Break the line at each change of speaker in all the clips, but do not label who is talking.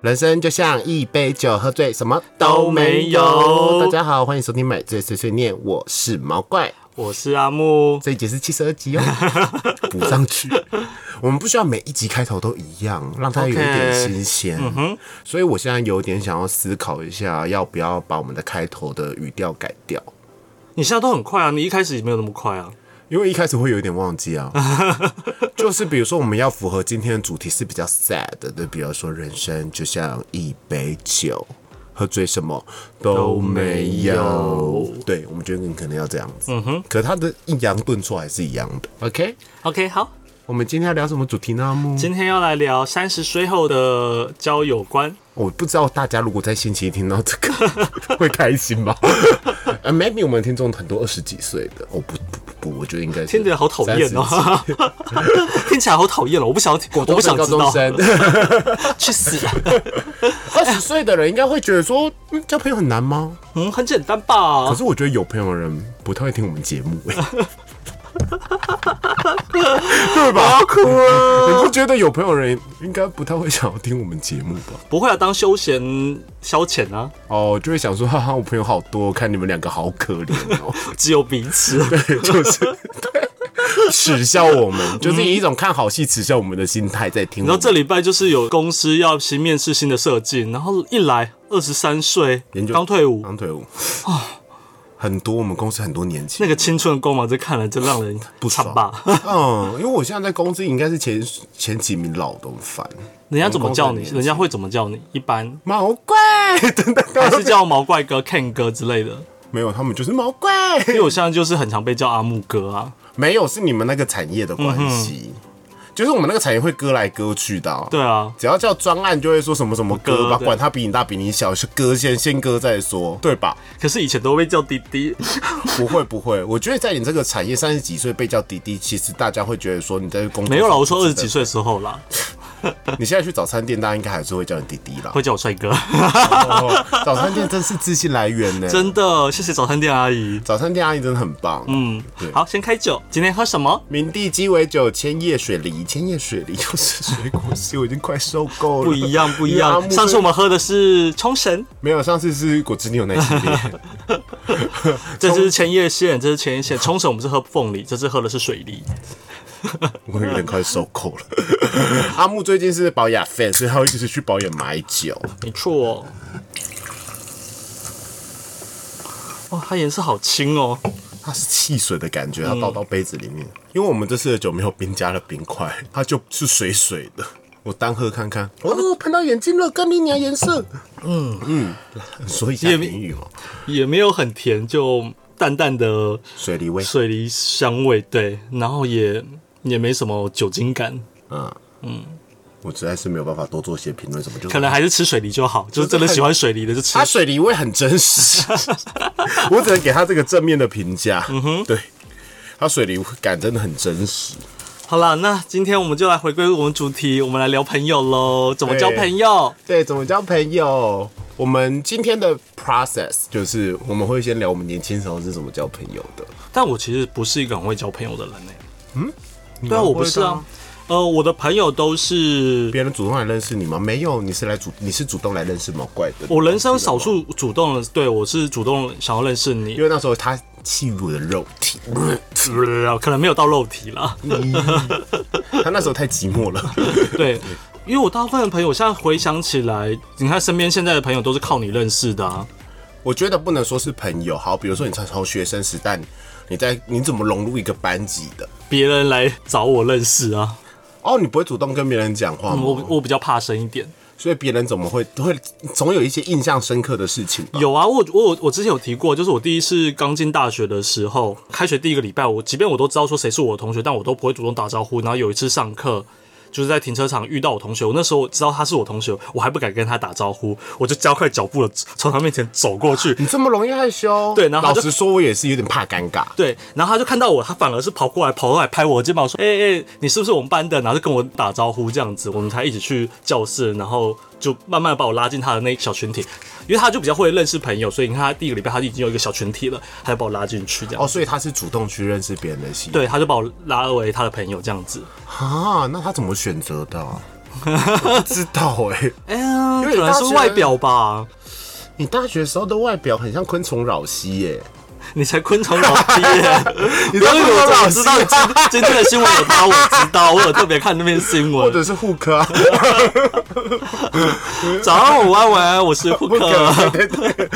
人生就像一杯酒，喝醉什么
都没有
大家好，欢迎收听《买醉碎碎念》，我是毛怪，
我是阿木，
这一集是七十二 集哦，补上去。我们不需要每一集开头都一样，让它有一点
OK 嗯
新鲜。所以我现在有点想要思考一下，要不要把我们的开头的语调改掉。
你现在都很快啊，你一开始也没有那么快啊。
因为一开始会有一点忘记 啊，就是比如说我们要符合今天的主题是比较 sad 的，就比如说人生就像一杯酒，喝醉什么都没有。对，我们觉得你可能要这样子。嗯哼，可它的抑扬顿挫还是一样的。OK，
OK，好，
我们今天要聊什么主题呢？阿木
今天要来聊三十岁后的交友观。
我不知道大家如果在星期一听到这 个会开心吗？呃，maybe 我们听众很多二十几岁的，哦不不不不，我觉得应该是
听起来好讨厌
30
哦
几，
听起来好讨厌哦，我不想，我不想
高
知
中
道，
生。
去死！啊
二十岁的人应该会觉得说，嗯，交朋友很难吗？
嗯，很简单
可
吧？
是我觉得有朋友的人不太会听我们节 目、欸，对吧？好哭啊！你不觉得有朋友的人应该不太会想要听我们节目吧？
不会啊，当休闲消遣啊，
哦，就会想说，哈哈，我朋友好多，看你们两个好可怜哦，
只有彼此。
对，就是对耻笑我们，就是以一种看好戏耻笑我们的心态在听我
然
们。
后这礼拜就是有公司要新面试新的设计，然后一来二十三岁
研，究
刚退伍，
长腿舞啊很多我们公司很多年轻人
那个青春的光芒，这看了就让人
不
惨
爽
吧？
嗯，因为我现在在公司应该是前前几名老都很烦，
人家怎么叫
我们
你
公？司
人家会怎么叫你？一般
毛 怪，真的
还是叫毛怪哥、Ken 哥之类的。
没有，他们就是毛怪，
因为我现在就是很常被叫阿木哥啊。
没有是你们那个产业的关系，就是我们那个产业会割来割去的、啊。
嗯对啊，
只要叫专案，就会说什么什么
割
割吧，
对
管他比你大比你小，是割先先割再说，对吧？
可是以前都被叫弟弟。
不会不会，我觉得在你这个产业，三十几岁被叫弟弟，其实大家会觉得说你在工作
没有啦，
上
我说
不
二
值
十
得
几，岁的时候啦，
你现在去早餐店，大家应该还是会叫你弟弟啦。
会叫啊我帅哥。
哦早餐店真是自信来源呢，
真的，谢谢早餐店阿姨。
早餐店阿姨真的很棒。
嗯
对，
好，先开酒。今天喝什么？
明地鸡尾酒、千叶水梨，千叶水梨又是水果系，我已经快受够了。
不 一样，不一
因为阿
样。
木
上次我们喝的是冲绳，
没有，上次是果汁牛奶系 列。
这是千叶县，这是千叶县。冲绳我们是喝凤梨，这次喝的是水梨。
我有点快受够了。阿木最近是保养 fan，所以他会一直去保养买酒。
没错。哇，哦它颜色好轻哦。
它是汽水的感觉，它倒到杯子里面。因为我们这次的酒没有冰加了冰块，它就是水水的。我单喝看看。哦，喷到眼睛了，跟你娘颜色。嗯嗯，说一下
也
评语哦，
也没有很甜，就淡淡的
哦水梨味。
水梨香味，对，然后也也没什么酒精感，
嗯嗯，我实在是没有办法多做些评论什么，就是
可能还是吃水梨就好，就是啊真的喜欢水梨的就吃
它。水梨味很真 实，我只能给它这个正面的评价。嗯哼，对，它水梨感真的很真实。
好啦，那今天我们就来回归我们主题，我们来聊朋友喽，怎么交朋友？
对，怎么交朋友？我们今天的 process 就是我们会先聊我们年轻时候是怎么交朋友的。
但我其实不是一个很会交朋友的人呢、
你
对啊，
蛮
我不
会的
是啊，，呃，我的朋友都是
别人主动来认识你吗？没有，你是来主你是主动来认识毛怪的。
我人生少，数主动的，对我是主动想要认识你
因，为那时候他吸入我的肉 体，
可能没有到肉体啦。
他那时候太寂寞了。
对，因为我大部分的朋友，我现在回想起来，你看身边现在的朋友都是靠你认识的啊。
我觉得不能说是朋友，好，比如说你从从学生时代，你在你怎么融入一个班级的？
别人来找我认识啊，
哦，你不会主动跟别人讲话
嗯我
吗？
我比较怕生一点。
所以别人怎么会会总有一些印象深刻的事情吧？
有啊，我我我之前有提过，就是我第一次刚进大学的时候，开学第一个礼拜，我即便我都知道说谁是我的同学，但我都不会主动打招呼。然后有一次上课。就是在停车场遇到我同学，我那时候知道他是我同学，我还不敢跟他打招呼，我就加快脚步了，从他面前走过去，
你这么容易害羞？
对然后他
老
就
实说，我也是有点怕尴尬。
对，然后他就看到我，他反而是跑过来，跑过来拍我的肩膀说：“哎、哎、你是不是我们班的？”然后就跟我打招呼这样子，我们才一起去教室，然后就慢慢地把我拉进他的那小群体，因为他就比较会认识朋友，所以你看他第一个礼拜他就已经有一个小群体了，他就把我拉进去这样。
哦，所以他是主动去认识别人的戏。
对，他就把我拉为他的朋友这样子。
啊，那他怎么选择的啊、我不知道哎、
哎呀，
因为
可能
大
是
学
外表吧，
你大学时候的外表很像昆虫扰欸西耶、
你才昆虫老爹、
你
不
都
要以为我怎么
老
知道今今天的新闻有他，我知道，我有特别看那篇 新
或
闻。
者是护 科、啊，
早上午安晚安，我是 库
不可能。
克。
对对对，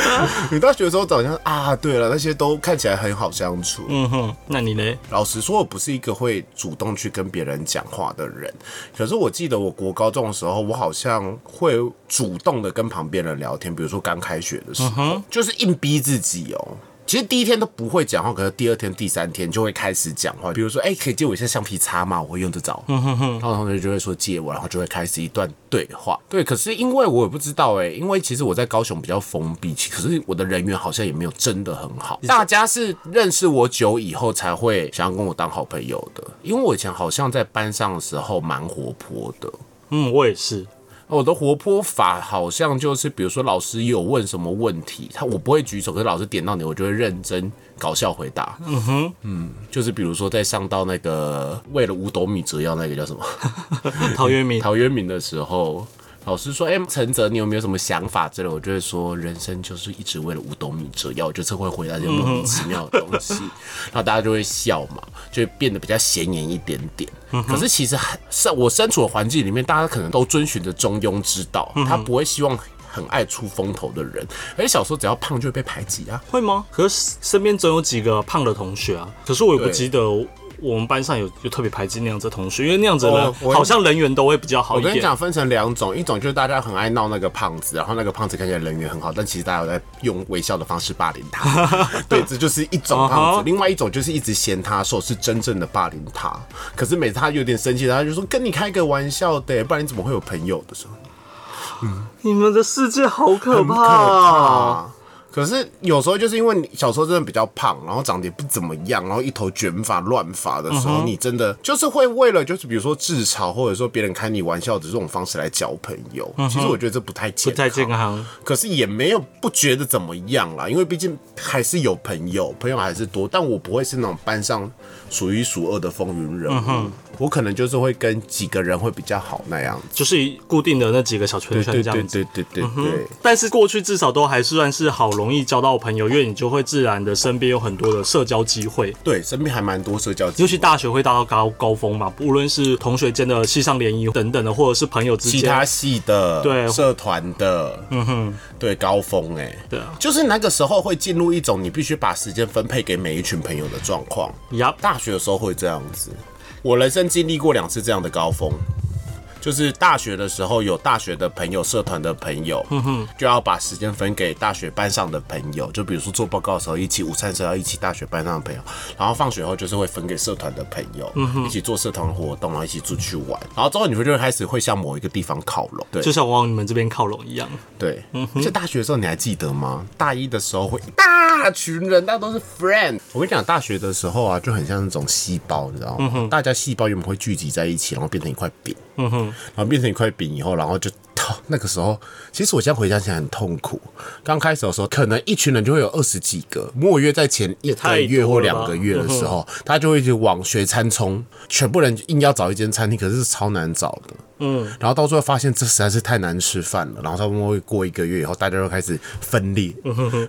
你大学的时候长相啊，对了，那些都看起来很好相处。
嗯哼，那你呢？
老实说，我不是一个会主动去跟别人讲话的人。可是我记得我国高中的时候，我好像会主动的跟旁边人聊天，比如说刚开学的时候，就是硬逼自己哦。其实第一天都不会讲话，可是第二天、第三天就会开始讲话。比如说，哎、可以借我一下橡皮擦吗？我会用得着。然后同学就会说借我，然后就会开始一段对话。对，可是因为我也不知道哎、因为其实我在高雄比较封闭，可是我的人缘好像也没有真的很好。大家是认识我久以后才会想要跟我当好朋友的，因为我以前好像在班上的时候蛮活泼的。
嗯，我也是。
我的活泼法好像就是，比如说老师有问什么问题，他我不会举手，可是老师点到你，我就会认真搞笑回答。嗯哼，嗯，就是比如说在上到那个为了五斗米折腰那个叫什么？
陶 渊明，
陶渊明的时候，老师说：“哎、陈泽，你有没有什么想法之类的？”我就会说：“人生就是一直为了五斗米折腰。”我就是会回答这些莫名 其妙的东西，然后大家就会笑嘛，就会变得比较显眼一点点。可是其实很是我身处的环境里面，大家可能都遵循着中庸之道，他不会希望。很爱出风头的人，而且小时候只要胖就会被排挤啊。
会吗？可是身边总有几个胖的同学啊，可是我也不
对
记得我们班上有有特别排挤那样子的同学，因为那样子的人
哦我
好像人缘都会比较好
我
一
跟你
点。
讲，分成两种，一种就是大家很爱闹那个胖子，然后那个胖子看起来人缘很好，但其实大家有在用微笑的方式霸凌 他。对，这就是一种胖
啊哈
子。另外一种就是一直嫌他瘦，是真正的霸凌他。可是每次他有点生气，他就说跟你开个玩笑的，不然你怎么会有朋友的时候？
你们的世界好可
很可
怕啊！
怕。可是有时候就是因为你小时候真的比较胖，然后长得也不怎么样，然后一头卷发乱发的时候，你真的就是会为了就是比如说自嘲或者说别人开你玩笑的这种方式来交朋友。其实我觉得这不太健
嗯不太
康，
健康。
可是也没有不觉得怎么样啦，因为毕竟还是有朋友，朋友还是多，但我不会是那种班上数一数二的风云
嗯
人物，我可能就是会跟几个人会比较好那样子。
就是固定的那几个小圈
对
圈
对
这
对
样子。嗯
对对对对。
但是过去至少都还是算是好容易交到朋友，因为你就会自然的身边有很多的社交机会，
对，身边还蛮多社交机
尤
会，
其大学会达到高高峰嘛，无论是同学间的系上联谊等等的，或者是朋友之
其
间
他，系的、
对
社团的，嗯哼，对，高峰哎、欸，
对啊
就是那个时候会进入一种你必须把时间分配给每一群朋友的状况。
呀，
大学的时候会这样子，我人生经历过两次这样的高峰。就是大学的时候，有大学的朋友、社团的朋友，就要把时间分给大学班上的朋友。就比如说做报告的时候，一起午餐的时候要一起大学班上的朋友，然后放学后就是会分给社团的朋友，一起做社团活动，然后一起出去玩。然后之后你会就会开始会向某一个地方靠拢，对
就像往你们这边靠拢一样。
对。而且大学的时候你还记得吗？大一的时候会一大群人，大家都是 friend。我跟你讲，大学的时候啊，就很像那种细胞，你知道吗？大家细胞原本会聚集在一起，然后变成一块饼。然后变成一块饼以后，然后就那个时候，其实我现在回想起来很痛苦。刚开始的时候，可能一群人就会有二十几个，莫约在前一个
太
月
多
或
了
两
吧
个月的时候，他就会一直往学餐冲，全部人硬要找一间餐厅，可是是超难找的。嗯，然后到最后发现这实在是太难吃饭了，然后差不多会过一个月以后，大家就开始分裂，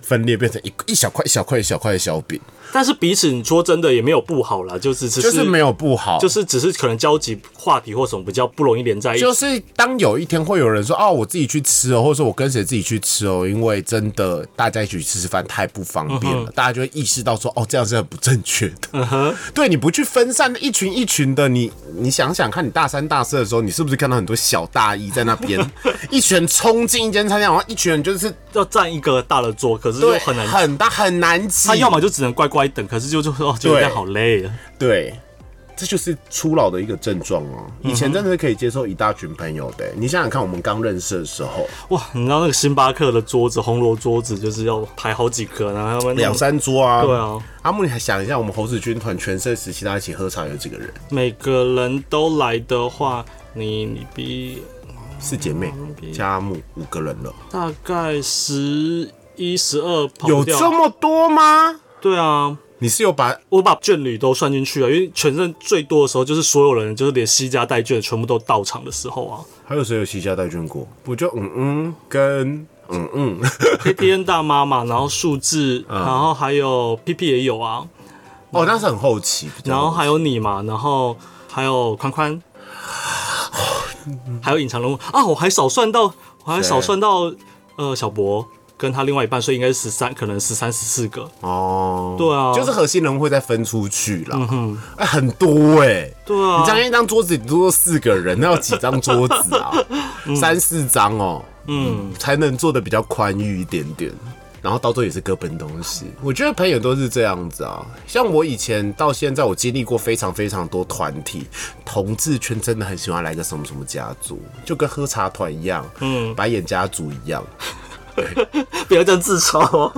分裂变成一一小块一小块一小块的小饼，
但是彼此你说真的也没有不好啦，就是只
就是是没有不好，
就是只是可能交集话题或什么比较不容易连在一起
就。是当有一天会有人说哦，我自己去吃哦，或者说我跟谁自己去吃哦，因为真的大家一起去吃吃饭太不方便
嗯
了，大家就会意识到说哦，这样是很不正确的。 对，你不去分散一群一群的，你你想想看，你大三大四的时候，你是不是看到很多小大一在那 边一群人冲进一间餐厅，然后一群人就是
要占一个大的桌，可是又
对
很难。
很大很难挤，
他要么就只能乖乖等，可是就就哦，觉
对
得这样好累啊。
对，这就是初老的一个症状哦。以
嗯
前真的是可以接受一大群朋友的，欸你想想看，我们刚认识的时候。
哇，你知道那个星巴克的桌子，红楼桌子就是要排好几个，然后他们
两三桌啊。
嗯对啊，
阿木，你还想一下，我们猴子军团全盛时期大家一起喝茶有几个人？
每个人都来的话，你你比
四姐妹
嗯
加阿木五个人哦了，
哦大概十一十二跑不
有
掉
这么多吗？
对啊，
你是有把
我把眷侣都算进去了，因为全镇最多的时候就是所有人，就是连西家带眷全部都到场的时候啊。
还有谁有西家带眷过？不就嗯嗯跟嗯嗯
P P N 大妈嘛，然后数字，然后还有 P P 也有啊，
哦，那是很后期，比较
然后还有你嘛，然后还有宽宽，还有隐藏人物啊，我还少算到，我还少
谁
算到呃小博跟他另外一半，所以应该是十三，可能十三十四个。
哦，
对啊嗯
就是核心人物会再分出去啦。哎，很多哎、
对啊
你这样一张桌子你坐四个人，那要几张桌子 啊？
嗯
三四张哦，嗯，才能做的比较宽裕一点点。然后到最后也是各奔东西。我觉得朋友都是这样子啊，像我以前到现在，我经历过非常非常多团体，同志圈真的很喜欢来个什么什么家族，就跟喝茶团一样，嗯，白眼家族一样。
不要这样自嘲、哦，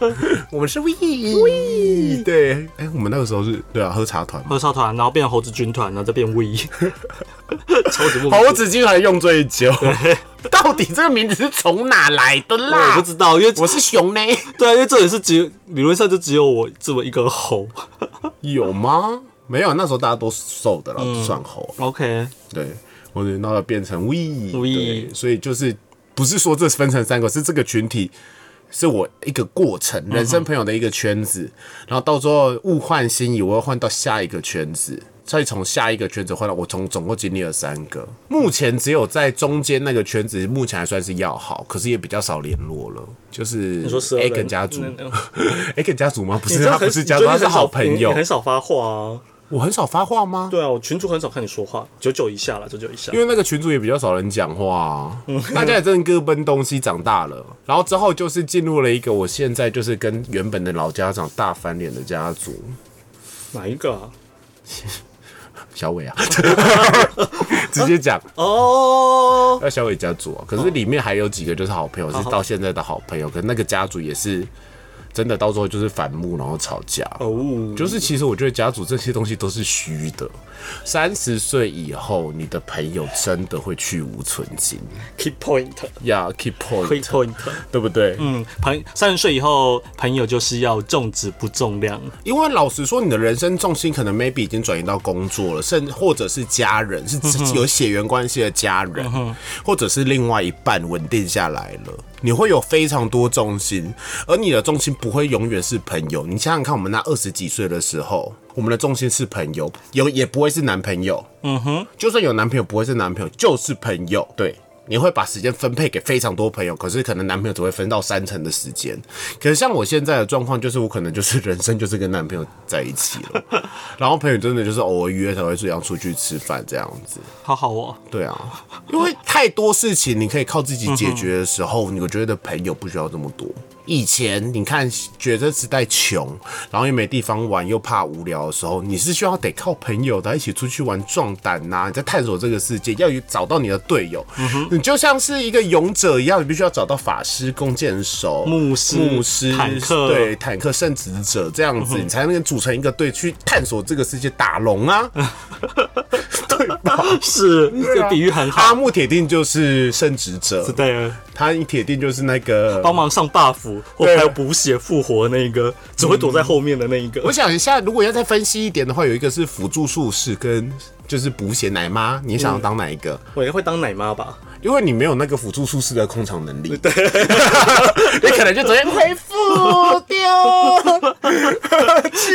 我们是 we we 对，哎、我们那个时候是对啊，喝茶团嘛。
合唱团，然后变成猴子军团，然后再变 V，超级莫名
猴子竟然用最久， 到底这个名字是从哪来的
我也
啦
不？知道，因为
我是熊 呢？
对啊，因为这里是只理论上就只有我这么一个猴。
有吗？没有，那时候大家都瘦的了，不算猴。
OK，
对，我等到了变成 we
We
对所以就是不是说这分成三个，是这个群体。是我一个过程，
嗯
人生朋友的一个圈子，然后到最后物换星移，我要换到下一个圈子，再从下一个圈子换到我从总共经历了三个，目前只有在中间那个圈子，目前还算是要好，可是也比较少联络了。就是
你说十二
A
人
跟家族
嗯 嗯
，A 跟家族吗？不
你
是，
这
他
样
不
很
是家
你
族，他
最近
是
很少
好朋
你
友
你。很少发话啊。
我很少发话吗？
对啊，我群主很少看你说话，九九一下啦，九九一下
因。为那个群主也比较少人讲话、啊，大家也真的各奔东西长大了。然后之后就是进入了一个我现在就是跟原本的老家长大翻脸的家族，
哪一个啊？
小伟 啊，直接讲
哦，
要小伟家族啊。可是里面还有几个就是好朋友，是到现在的好朋友，可是那个家族也是真的到最后就是反目，然后吵架。
哦，
就是其实我觉得家族这些东西都是虚的，三十岁以后，你的朋友真的会去无存菁。
key point，key
呀、k e e p point，
point。
对不对？
嗯，朋三十岁以后，朋友就是要重质不重量。
因为老实说，你的人生重心可能 maybe 已经转移到工作了，甚或者是家人，是只有血缘关系的家人，或者是另外一半稳定下来了，你会有非常多重心，而你的重心不会永远是朋友。你想想看，我们那二十几岁的时候，我们的重心是朋友，有也不会是男朋友，嗯哼，就算有男朋友，不会是男朋友，就是朋友，对。你会把时间分配给非常多朋友，可是可能男朋友只会分到三成的时间。可是像我现在的状况，就是我可能就是人生就是跟男朋友在一起了，然后朋友真的就是偶尔约才会这样出去吃饭这样子。
好好哦，
对啊，因为太多事情你可以靠自己解决的时候，你我觉得朋友不需要这么多。以前你看学生时代穷，然后又没地方玩，又怕无聊的时候，你是需要得靠朋友的一起出去玩壮胆呐、你在探索这个世界，要有找到你的队友。
嗯
你就像是一个勇者一样，你必须要找到法师、弓箭手、
牧师
牧师、
坦克嗯
对坦克圣职者这样子，你才能组成一个队去探索这个世界，打龙 啊。
是啊这个比喻很
阿
好。
木铁定就是圣职者，
对，
他铁定就是那个
帮。忙上 buff 或
对
还有补血复活那一个，只会躲在后面的那一个
我。想一下，如果要再分析一点的话，有一个是辅助术士跟就是补血奶妈，你想要当哪一个？
我应该会当奶妈吧？
因为你没有那个辅助术士的控场能力，对，你可能就直接恢复掉，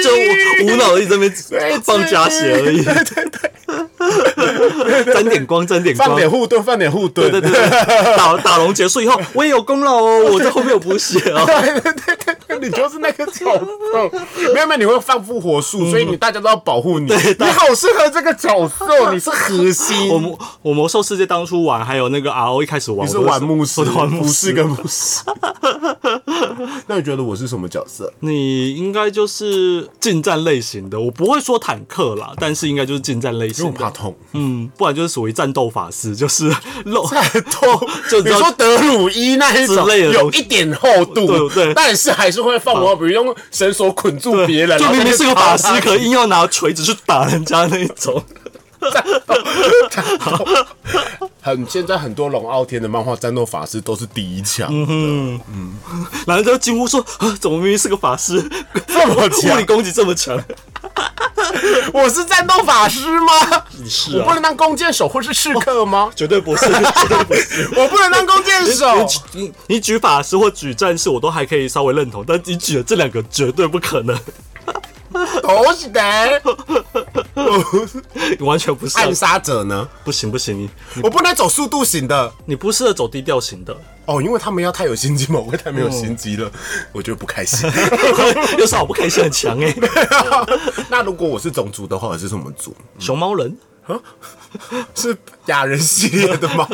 就无无脑的一直在那边放加血而已，对对对， 沾点光，沾点光
放，点护盾，放点护盾，
对对 对，打打龙结束以后，我也有功劳哦，我在后面有补血哦，
对对对对，你就是那个角色，没有没有，你会放复活术，所以你大家都要保护你，你好适合这个角色，你是核心，
我魔我魔兽世界当初玩，还有那个 RO 一开始玩，
你是
我都
玩牧师，
哦我都玩牧
不是
师。
跟牧 师。那你觉得我是什么角色？
你应该就是近战类型的，我不会说坦克啦，但是应该就是近战类
因为
型
我怕
的。
痛，
嗯，不然就是属于战斗法师，就是 肉
痛
就
你
知道
说德鲁伊那一种
之类的
有
东西
一点厚度，
对对
但是还是会放我，比如用绳索捆住别人，
就明明是个法师，可
以。
硬要拿锤子去打人家那一种。
很现在很多龙傲天的漫画战斗法师都是第一强，
嗯然后就惊呼说：“啊，怎么明明是个法师，
这么
物理
强，
攻击这么强
我是战斗法师吗？
你 是啊哦
我不能当弓箭手或是刺客吗？”？
绝对不是，绝对不是。
我不能当弓箭 手。
你你你举法师或举战士，我都还可以稍微认同，但你举的这两个绝对不可能，
都是的。
你完全不是啊、
暗杀者呢？
不行不行，你
我不能走速度型的
你不适合走低调型的，
哦，因为他们要太有心机嘛，我太没有心机了，
嗯
我觉得不开心。
有啥我不开心很强哎、
那如果我是种族的话，我是什么族？
熊猫人，
是亚人系列的 吗？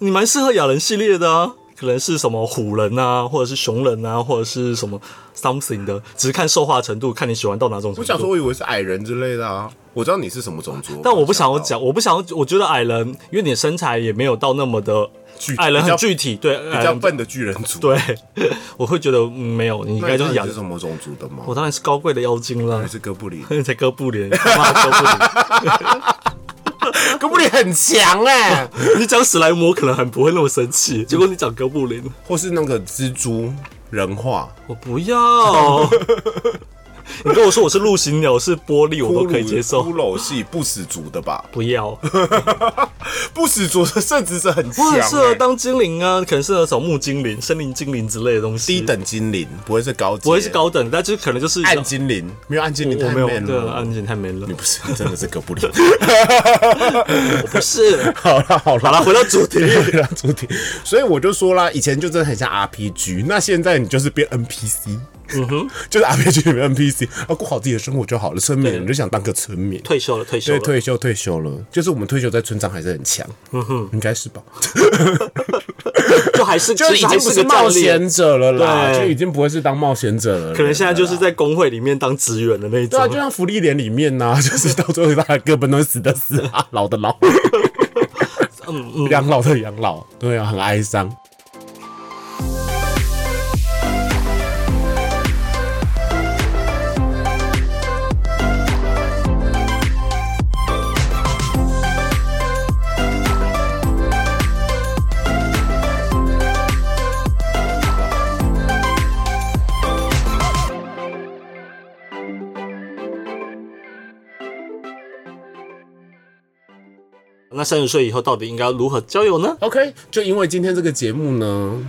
你蛮适合亚人系列的啊，可能是什么虎人啊，或者是熊人啊，或者是什么 something 的，只是看兽化程度，看你喜欢到哪种
我
程
想
度。
说，我以为是矮人之类的啊。我知道你是什么种族，哦
但我不想要
到
讲，我不想要，我觉得矮人，因为你的身材也没有到那么的
具
矮人
比较
很具体，对，
比
矮
较
人
笨的巨人族。，
对，我会觉得、嗯、没有，你应
那你
该
知
就
道
是
你
亚
是
人。
什么种族的吗？
我当然是高贵的妖精了
还，是哥布林，
才哥布林，他妈的哥布
哥布林很强哎、
林，你讲史莱姆我可能还不会那么生气，结果你讲哥布林，
或是那个蜘蛛人化，
我不 要。你跟我说我是陆行鸟，是玻璃，我都可以接
骷
受。
髅系不死族的吧？
不要，
不死族的圣职者很强、
我很
欸，
适合当精灵啊，可能适合找木精灵、森林精灵之类的东西。
低，等精灵，不会是高阶，
不会是高等，但就是可能就是
暗精灵，没有暗精灵
我
太
没有
man
对啊
了。
安静太没 了
你，不是真的是哥布林。
我不是。
好啦好啦
好了，啊回到主题，
回到主题，所以我就说啦，以前就真的很像 RPG，那现在你就是变 NPC，嗯哼， 就是 RPG 里面 NPC，啊，过好自己的生活就好了。村民，你就想当个村民，
退休了，退休
对，
了。
退休退休了，就是我们退休在村长还是很强，嗯哼，应该是吧？
就还是
就已经不
是
是
个
冒
战略，
险者了啦，
对
就已经不会是当冒险者了啦。
可能现在就是在工会里面当职员的那一
对
种
啊，就。像福利连里面呐、 就是到最后大家根本都死的死啊，老的老，
嗯嗯，
养老的养老，对啊，很哀伤。
那三十岁以后到底应该如何交友呢？
OK，就因为今天这个节目呢，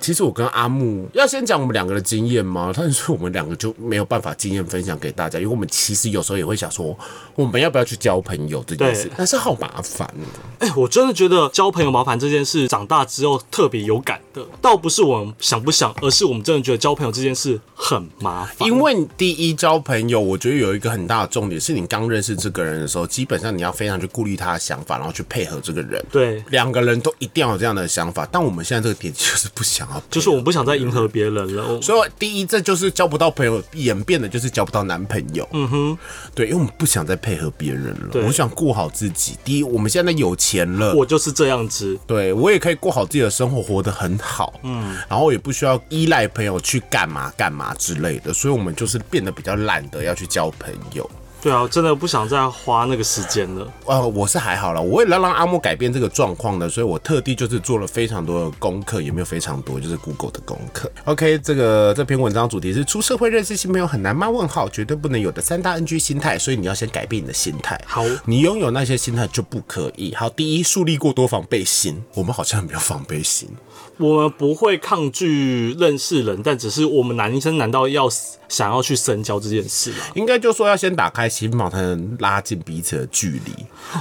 其实我跟阿木要先讲我们两个的经验吗？但是我们两个就没有办法经验分享给大家，因为我们其实有时候也会想说，我们要不要去交朋友这件事
对，
但是好麻烦哦。
哎、我真的觉得交朋友麻烦这件事，长大之后特别有感的，倒不是我们想不想，而是我们真的觉得交朋友这件事很麻烦。
因为你第一交朋友，我觉得有一个很大的重点是你刚认识这个人的时候，基本上你要非常去顾虑他的想法，然后去配合这个人。
对，
两个人都一定要有这样的想法，但我们现在这个点就是不想要配合，
就是我们不想再迎合别人了。我
所以第一，这就是交不到朋友，演变的就是交不到男朋友。嗯哼，对，因为我们不想再配合别人了，我
对
们想顾好自己。第一，我们现在有钱了，
我就是这样子，
对我也可以过好自己的生活，活得很好。嗯，然后也不需要依赖朋友去干嘛干嘛之类的，所以我们就是变得比较懒得要去交朋友。
对啊，真的不想再花那个时间了。
呃，我是还好啦，我为了让阿莫改变这个状况呢，所以我特地就是做了非常多的功课，也没有非常多，就是 Google 的功课。OK，这个这篇文章主题是出社会认识新朋友很难吗？问号，绝对不能有的三大 NG 心态，所以你要先改变你的心态。
好
你拥有那些心态就不可以。好，第一，树立过多防备心，我们好像没有防备心。
我们不会抗拒认识人，但只是我们男生难道要想要去深交这件事吗？
应该就说要先打开心房，才能拉近彼此的距离。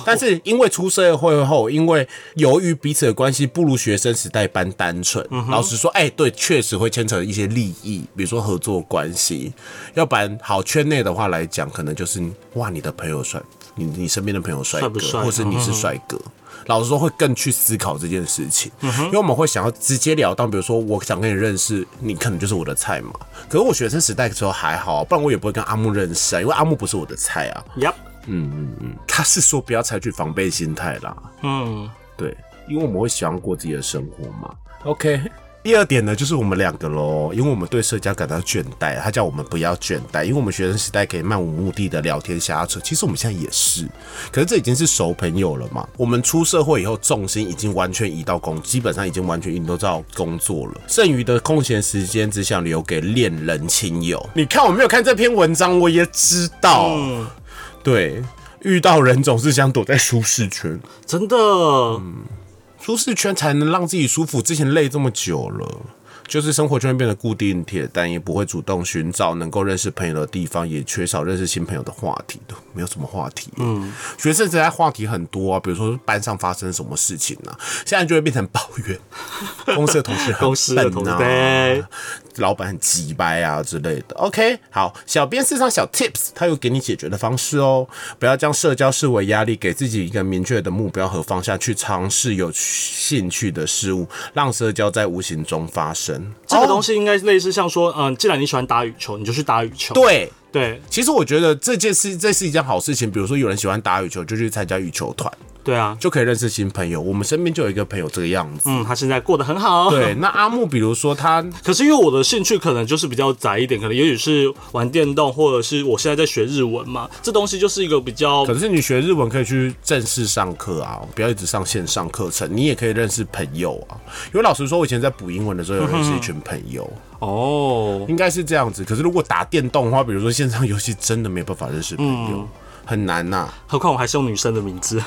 但是因为出社会后，因为由于彼此的关系不如学生时代般单纯，
嗯
老实说，哎、对，确实会牵扯一些利益，比如说合作关系。要不然，好圈内的话来讲，可能就是哇，你的朋友帅，你你身边的朋友帅
帅
哥，
不帅
或是你是帅哥。老实说，会更去思考这件事情，因为我们会想要直截了当，比如说我想跟你认识，你可能就是我的菜嘛。可是我学生时代的时候还好，不然我也不会跟阿木认识啊，因为阿木不是我的菜啊。
呀、
他是说不要采取防备心态啦，
嗯，
对，因为我们会想过自己的生活嘛。OK，第二点呢，就是我们两个喽，因为我们对社交感到倦怠，他叫我们不要倦怠，因为我们学生时代可以漫无目的的聊天瞎扯，其实我们现在也是，可是这已经是熟朋友了嘛。我们出社会以后，重心已经完全移到工，基本上已经完全移都到工作了，剩余的空闲时间只想留给恋人亲友。你看我没有看这篇文章，我也知道，对。遇到人总是想躲在舒适圈，
真的，
嗯舒适圈才能让自己舒服。之前累这么久了，就是生活圈变得固定铁但也不会主动寻找能够认识朋友的地方，也缺少认识新朋友的话题的，没有什么话题。嗯，学生时代话题很多啊，比如说班上发生什么事情啊，现在就会变成抱怨， 公司的同事
公司
很
的同
笨
事
啊，
对
老板很鸡掰啊之类的。OK，好，小编四上小 tips，他有给你解决的方式哦。不要将社交视为压力，给自己一个明确的目标和方向，去尝试有兴趣的事物，让社交在无形中发生。
这个东
西、
西应该类似像说，嗯，既然你喜欢打羽球，你就去打羽球。
对。
对
其实我觉得这件事，这是一件好事情。比如说，有人喜欢打羽球，就去参加羽球团，
对啊，
就可以认识新朋友。我们身边就有一个朋友这个样子。
嗯，他现在过得很好。
对，那阿木，比如说他
可是因为我的兴趣可能就是比较窄一点，可能也许是玩电动，或者是我现在在学日文嘛，这东西就是一个比较
可是你学日文可以去正式上课啊，不要一直上线上课程，你也可以认识朋友啊。因为老实说，我以前在补英文的时候有认识一群朋友，
哦，
应该是这样子。可是如果打电动的话，比如说线上游戏，真的没办法认识朋友，很难啊呐、
何况我还是用女生的名字，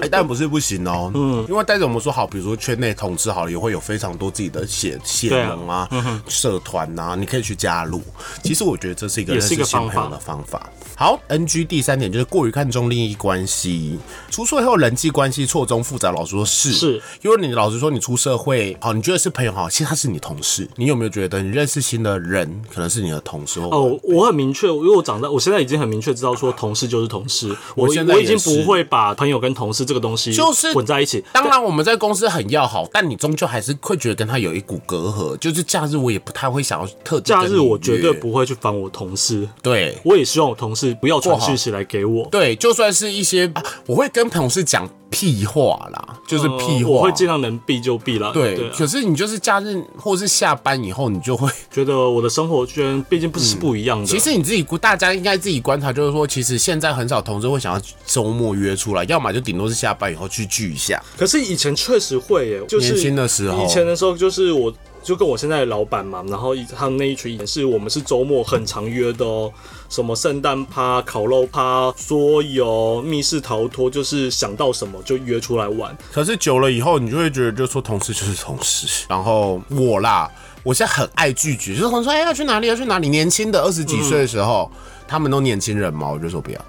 哎、但不是不行哦，嗯，因为但是我们说好，比如说圈内同志好了，也会有非常多自己的写写
对啊
盟啊、社团呐、你可以去加入。其实我觉得这是一个
也
认识
是一个
新
方
朋
法
友的方法。好，NG 第三点就是过于看重利益关系。出社会后人际关系错综复杂，老实说是
是，
因为你老实说你出社会，好，你觉得是朋友好，其实他是你同事。你有没有觉得你认识新的人，可能是你的同事或
哦，我很明确，因为我长大，我现在已经很明确知道说同事就是同事，我
我现在
我已经
也是
不会把朋友跟同事这个东西
就是
混在一起。
当然，我们在公司很要好，但你终究还是会觉得跟他有一股隔阂。就是假日，我也不太会想要特地跟
假
你约。
日我绝对不会去烦我同事，
对
我也希望我同事不要传
过好
讯息来给我。
对，就算是一些、啊我会跟同事讲屁话啦，就是屁
呃我
话。
会尽量能避就避了。
对，
对啊，啊
可是你就是假日或是下班以后，你就会。
觉得我的生活圈毕竟不是不一样的。
嗯其实你自己，大家应该自己观察，就是说，其实现在很少同事会想要周末约出来，要么就顶多是下班以后去聚一下。
可是以前确实会耶，就是
年轻的时候
以前的时候就是我。就跟我现在的老板嘛，然后以他们那一群也是我们是周末很常约的哦，什么圣诞趴、烤肉趴、桌游、密室逃脱，就是想到什么就约出来玩。
可是久了以后，你就会觉得，就说同事就是同事。然后我啦，我现在很爱拒绝，就是同事说，哎、要去哪里？要去哪里？年轻的二十几岁的时候，他们都年轻人嘛，我就说不要。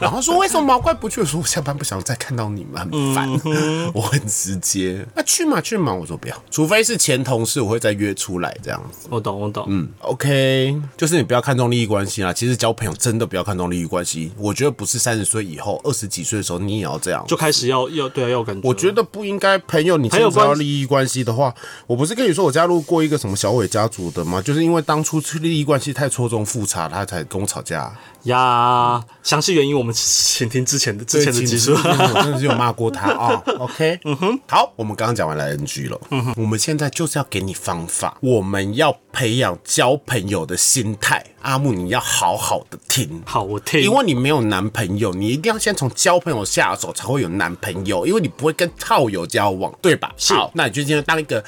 然后说为什么毛怪不去？我说我下班不想再看到你们，很烦。 我很直接，那、去嘛去嘛，我说不要，除非是前同事，我会再约出来这样子。
我懂，我懂。嗯，
OK，就是你不要看重利益关系啦。啊其实交朋友真的不要看重利益关系，我觉得不是三十岁以后，二十几岁的时候你也要这样。
就开始要要对啊，要有感觉。
我觉得不应该朋友你牵扯到利益关系的话，我不是跟你说我加入过一个什么小伟家族的吗？就是因为当初利益关系太错综复杂，他才跟我吵架。
呀，详细原因我们请听之前的之前的集数。
我真的是有骂过他啊、OK，嗯哼，好，我们刚刚讲完了 NG 了，嗯哼，我们现在就是要给你方法，我们要培养交朋友的心态。阿木，你要好好的听。
好，我听。
因为你没有男朋友，你一定要先从交朋友下手，才会有男朋友，因为你不会跟炮友交往，对吧？
是
好，那你就今天当一个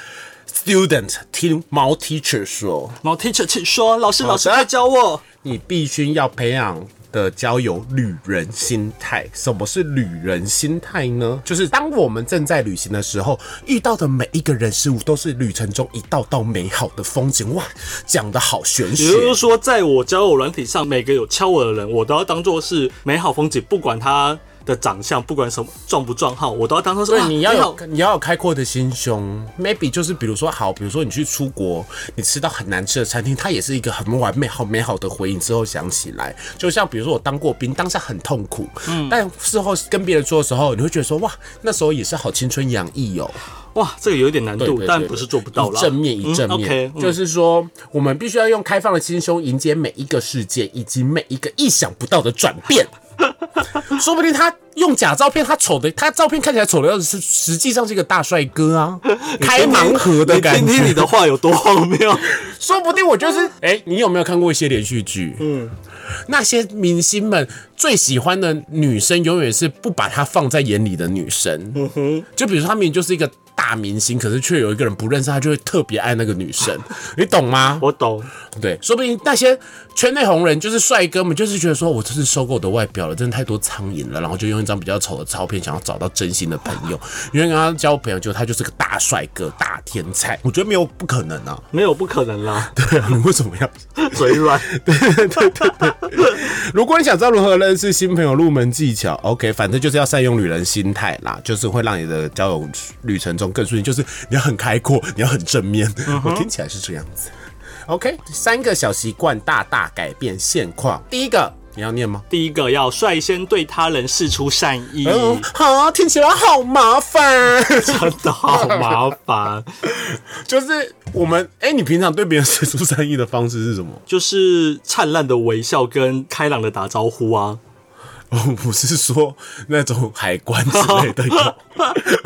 student，听毛 teacher 说，
毛 teacher 请说，老师老师
的
快教我。
你必须要培养。的交友旅人心态，什么是旅人心态呢？就是当我们正在旅行的时候，遇到的每一个人事物都是旅程中一道道美好的风景。哇，讲的好玄
也
学，哦
就是说，在我交友软体上，每个有敲我的人，我都要当做是美好风景，不管他的长相，不管什么撞不撞号，我都要当做是。
对，
哇
你要
美
有
好
你要有开阔的心胸，maybe 就是比如说好，比如说你去出国，你吃到很难吃的餐厅，它也是一个很完美、好美好的回忆。之后想起来，就像比如说我当过兵，当下很痛苦，
嗯
但事后跟别人说的时候，你会觉得说哇，那时候也是好青春洋溢哦、
哇，这个有一点难
对对
度，
对
但
对
不是做不到
以
啦。
正面以正面，
OK，嗯
就是说我 们必须要用开放的心胸迎接每一个事件，以及每一个意想不到的转变。说不定他用假照片，他丑的，他照片看起来丑的样子，是实际上是一个大帅哥 啊，开盲盒的感
哎你听听你
觉。
的话有多荒谬。
说不定我就是，哎、你有没有看过一些连续剧？嗯，那些明星们最喜欢的女生，永远是不把她放在眼里的女生。嗯哼，就比如说他明明就是一个大明星，可是却有一个人不认识他，就会特别爱那个女 生，你懂吗？
我懂，
对，说不定那些圈内红人就是帅哥们，就是觉得说我真是受够我的外表了，真的太多苍蝇了，然后就用一张比较丑的照片，想要找到真心的朋 友，因为跟他交朋友，就他就是个大帅哥、大天才，我觉得没有不可能啊。
没有不可能啦，
对啊，你为什么要？
嘴软。
如果你想知道如何认识新朋友入门技巧，OK，反正就是要善用旅人心态啦，就是会让你的交友旅程中更顺利，就是你要很开阔，你要很正面。我听起来是这样子。OK，三个小习惯大大改变现况。第一个，你要念吗？
第一个要率先对他人示出善意，
嗯，好，听起来好麻烦。
真的好麻烦。
就是我们，哎、你平常对别人 使出善意的方式是什么？
就是灿烂的微笑跟开朗的打招呼啊，
我不是说那种海关之类的 有，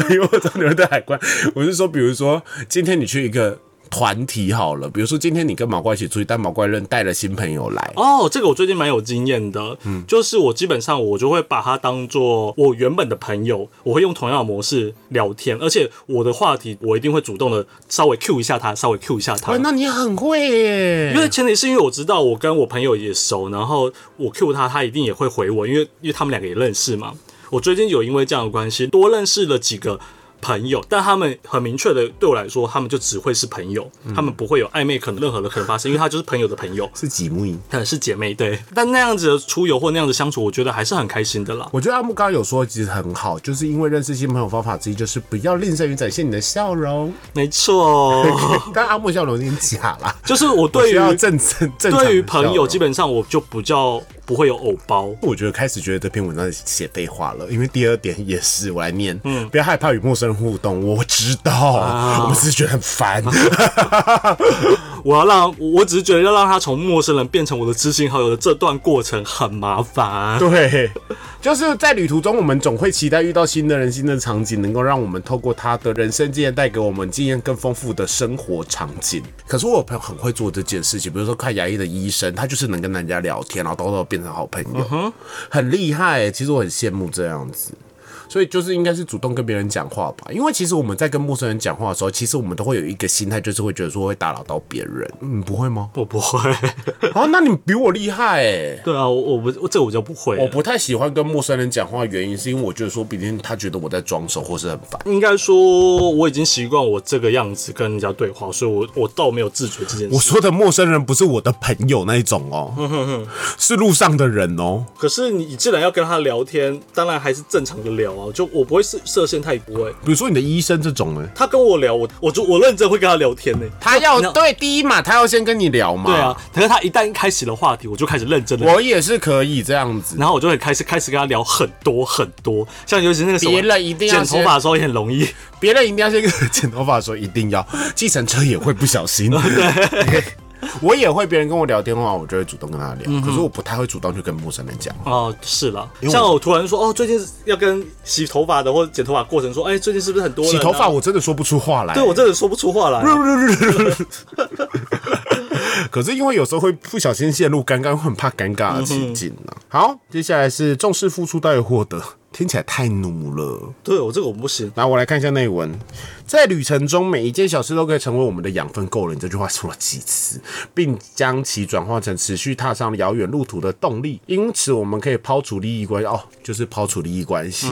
因为我知道你们对海关，我是说，比如说今天你去一个团体好了，比如说今天你跟毛怪一起出去，但毛怪认带了新朋友来，
哦，这个我最近蛮有经验的，嗯，就是我基本上我就会把他当做我原本的朋友，我会用同样的模式聊天，而且我的话题我一定会主动的稍微 Q 一下他，稍微 Q 一下他
哎、。那你很会耶，
因为前提是因为我知道我跟我朋友也熟，然后我 Q 他，他一定也会回我，因为因为他们两个也认识嘛。我最近有因为这样的关系多认识了几个朋友，但他们很明确的对我来说，他们就只会是朋友，他们不会有暧昧可能任何的可能发生，因为他就是朋友的朋友，
是几木营。
可能是姐妹对。但那样子的出游或那样子相处，我觉得还是很开心的啦。
我觉得阿木刚刚有说，其实很好，就是因为认识新朋友方法之一就是不要吝啬于展现你的笑 容，
没错，
但阿木笑容有点假啦，
就是我
我
对
需要
于
正正正常的
对于
笑
朋友，
容
基本上我就比较不会有偶包。
我觉得开始觉得这篇文章写废话了，因为第二点也是我来念，嗯，不要害怕与陌生人互动，我知道，我只是觉得很烦。
我要让，我只是觉得要让他从陌生人变成我的知心好友的这段过程很麻 烦。？
对，就是在旅途中，我们总会期待遇到新的人、新的场景，能够让我们透过他的人生经验，带给我们经验更丰富的生活场景。可是我有朋友很会做这件事情，比如说看牙医的医生，他就是能跟人家聊天，然后到时候变成好朋友，很厉害、欸其实我很羡慕这样子。所以就是应该是主动跟别人讲话吧，因为其实我们在跟陌生人讲话的时候，其实我们都会有一个心态，就是会觉得说会打扰到别人。嗯，不会吗
我不会，
啊，那你比我厉害哎、
对啊，我我不我这我就不会了。
我不太喜欢跟陌生人讲话，原因是因为我觉得说，毕竟他觉得我在装熟或是很烦。
应该说我已经习惯我这个样子跟人家对话，所以我我倒没有自觉这件
我
事。
说的陌生人不是我的朋友那一种哦， 是路上的人哦。
可是你既然要跟他聊天，当然还是正常的聊啊，就我不会设设限，他欸也不会。
比如说你的医生这种呢，
他跟我聊，我我就我认真会跟他聊天呢、
他要
那
对第一嘛，他要先跟你聊嘛。
对，啊，可是他一旦开始了话题，我就开始认真的。
我也是可以这样子。
然后我就会开始开始跟他聊很多很多，像尤其是那个什么
别人一定要
剪头发的时候也很容易，
别人一定要先跟我剪头发的时候一定要，计程车也会不小心。
哦
对。 我也会，别人跟我聊天的话，我就会主动跟他聊。
嗯
可是我不太会主动去跟陌生人讲。
哦，是啦，
为我
像我突然说哦，最近要跟洗头发的或者剪头发过程说，哎，最近是不是很多人、
洗头发，我真的说不出话来。
对我真的说不出 话来。
可是因为有时候会不小心陷入尴尬，会很怕尴尬的情境呢、好，接下来是重视付出大于获得，听起来太奴了。
对我这个我不行，
来，我来看一下内文。在旅程中，每一件小事都可以成为我们的养分够了。你这句话说了几次，并将其转化成持续踏上遥远路途的动力。因此，我们可以抛除利益关系，哦，就是抛除利益关系，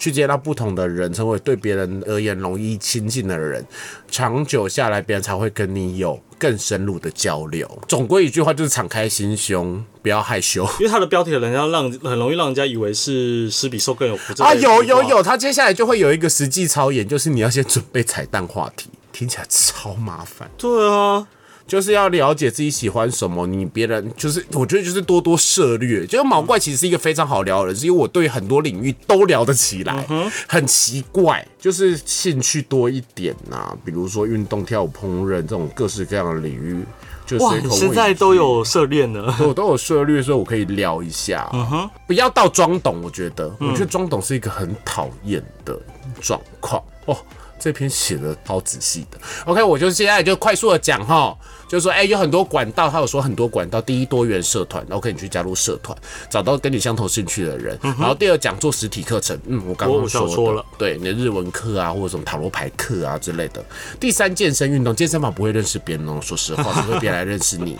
去接纳不同的人，成为对别人而言容易亲近的人。长久下来，别人才会跟你有更深入的交流。总归一句话，就是敞开心胸，不要害羞。
因为他的标题很让让很容易让人家以为是施比受更有福。
啊，有有，有，他接下来就会有一个实际操演，就是你要先准备彩蛋话题，听起来超麻烦，
对啊，
就是要了解自己喜欢什么，你别人就是我觉得就是多多涉略。就是毛怪其实是一个非常好聊的人，是因为我对很多领域都聊得起来，
嗯
很奇怪，就是啊兴趣多一点呐、比如说运动、跳舞、烹饪这种各式各样的领域。就
哇，
随
你
口问一句。
现在都有涉猎呢，
我 都有涉略，所以我可以聊一下。啊
嗯
不要到装懂，我觉得，我觉得装懂是一个很讨厌的状况哦。这篇写的超仔细的，OK，我就现在就快速的讲哈，就是说，哎、有很多管道，他有说很多管道，第一多元社团，OK，你去加入社团，找到跟你相同兴趣的人，然后第二讲做实体课程，嗯，我刚
嗯我
刚
我
说
想
的
说了
对你的日文课啊，或者什么塔罗牌课啊之类的。第三，健身运动，健身房不会认识别人哦，说实话， 只会别人来认识你。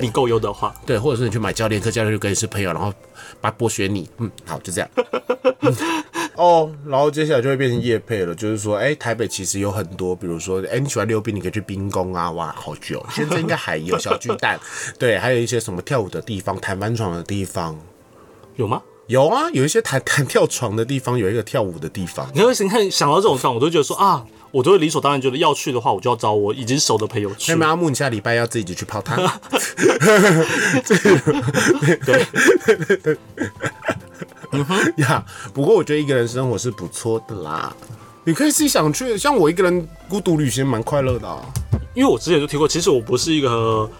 你够优的话，
对，或者是你去买教练课，教练就跟你是朋友，然后把剥削你，嗯，好，就这样。 哦，然后接下来就会变成夜配了，就是说，哎，台北其实有很多，比如说，哎，你喜欢溜冰，你可以去冰宫啊，哇，好久，现在应该还有小巨蛋，对，还有一些什么跳舞的地方、弹翻床的地方，
有吗？
有啊，有一些弹弹跳床的地方，有一个跳舞的地方。
你会你看想到这种状况，我都觉得说啊，我都会理所当然觉得要去的话，我就要找我已经熟的朋友去
那。么阿木，你下礼拜要自己去泡汤。
对，
呀不过我觉得一个人生活是不错的啦，你可以自己想去，像我一个人孤独旅行蛮快乐的、啊。
因为我之前就提过，其实我不是一个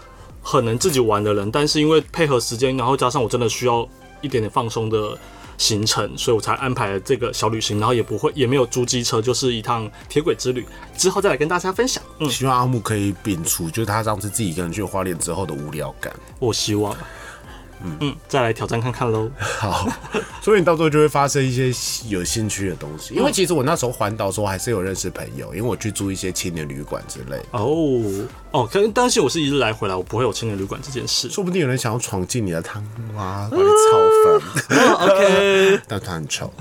很能自己玩的人，但是因为配合时间，然后加上我真的需要一点点放松的行程，所以我才安排了这个小旅行，然后也不会也没有租机车，就是一趟铁轨之旅，之后再来跟大家分享。嗯，
希望阿木可以摒除，就是他上次自己一个人去花莲之后的无聊感。
我希望，嗯再来挑战看看喽。
好，所以你到最后就会发生一些有兴趣的东西。因为其实我那时候环岛的时候还是有认识朋友，因为我去住一些青年旅馆之类的。
哦哦，可但是我是一日来回来，我不会有青年旅馆这件事。
说不定有人想要闯进你的汤屋啊，把你炒粉，
OK
但他很丑。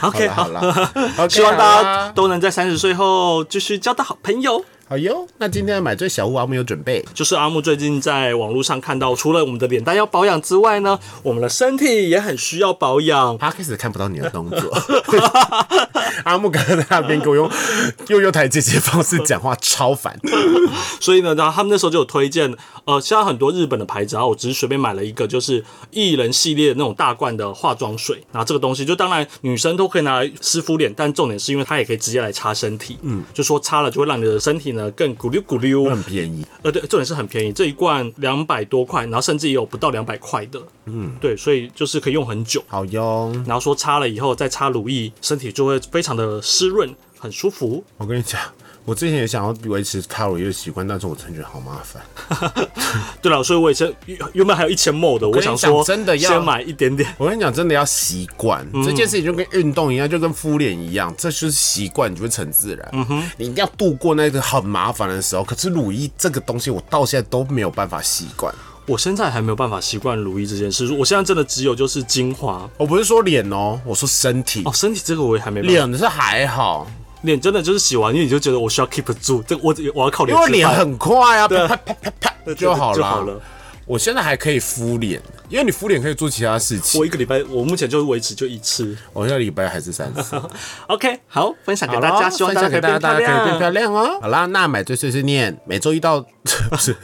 好
OK，
了好了，OK，
希望大
好
家
啦
都能在三十岁后继续交到好朋友。
好哟。那今天的买醉小屋阿木有准备，
就是阿木最近在网络上看到，除了我们的脸蛋要保养之外呢，我们的身体也很需要保养。
他开始看不到你的动作。阿木刚刚在那边给我用 用用台阶阶方式讲话，超烦。
所以呢，然后他们那时候就有推荐，呃，现在很多日本的牌子啊，我只是随便买了一个，就是艺人系列那种大罐的化妆水。然后这个东西就当然女生都可以拿来湿敷脸，但重点是因为它也可以直接来擦身体。嗯，就说擦了就会让你的身体呢更咕溜咕溜。
很便宜，
呃，对，重点是很便宜，这一罐两百多块，然后甚至也有不到两百块的。嗯，对，所以就是可以用很久。
好哟。
然后说擦了以后再擦乳液，身体就会非常的湿润，很舒服。
我跟你讲，我之前也想要维持擦乳液的习惯，但是我真的觉得好麻烦。
对了，所以我也是原本还有一千毛的，我
跟你
想
讲
说
真的要
先买一点点。
我跟你讲，真的要习惯、这件事情，就跟运动一样，就跟敷脸一样，这就是习惯，你就会成自然。嗯哼，你一定要度过那个很麻烦的时候。可是乳液这个东西，我到现在都没有办法习惯。
我现在还没有办法习惯乳液这件事，我现在真的只有就是精华
我不是说脸哦，我说身体
哦，，身体这个我也还没办法。
脸、是还好，
脸真的就是洗完，因为你就觉得我需要 keep 住这个，我我要靠
因
脸吃
为
饭。
脸很快啊，啪
啊
啪啪啪啪
对
就好
就
了。
好了。
我现在还可以敷脸，因为你敷脸可以做其他事情
我。一个礼拜，我目前就维持就一次。
我下礼拜还是 三次。
OK，好，分享给
好
大家，
啦
希望
分享
大家可以
给
变
大家，
漂
大家可以变漂
亮。啊
亮哦。好啦，那买醉碎碎念，每周一到 不是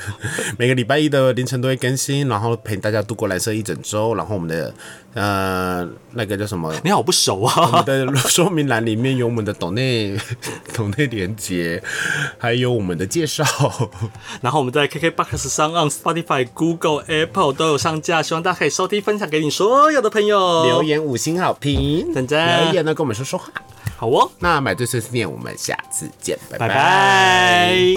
每个礼拜一的凌晨都会更新，然后陪大家度过蓝色一整周。然后我们的呃那个叫什么？
你好不熟
我
啊，
们的说明栏里面有我们的抖内 抖内连接，还有我们的介绍。
然后我们在 KKBox 上、on Spotify、Google、Apple 都有上架，希望大家可以收听、分享给你所有的朋友。
留言五星好评，
等着
留言呢跟我们说说话。
好哦，
那买醉碎碎念，我们下次见，拜
拜拜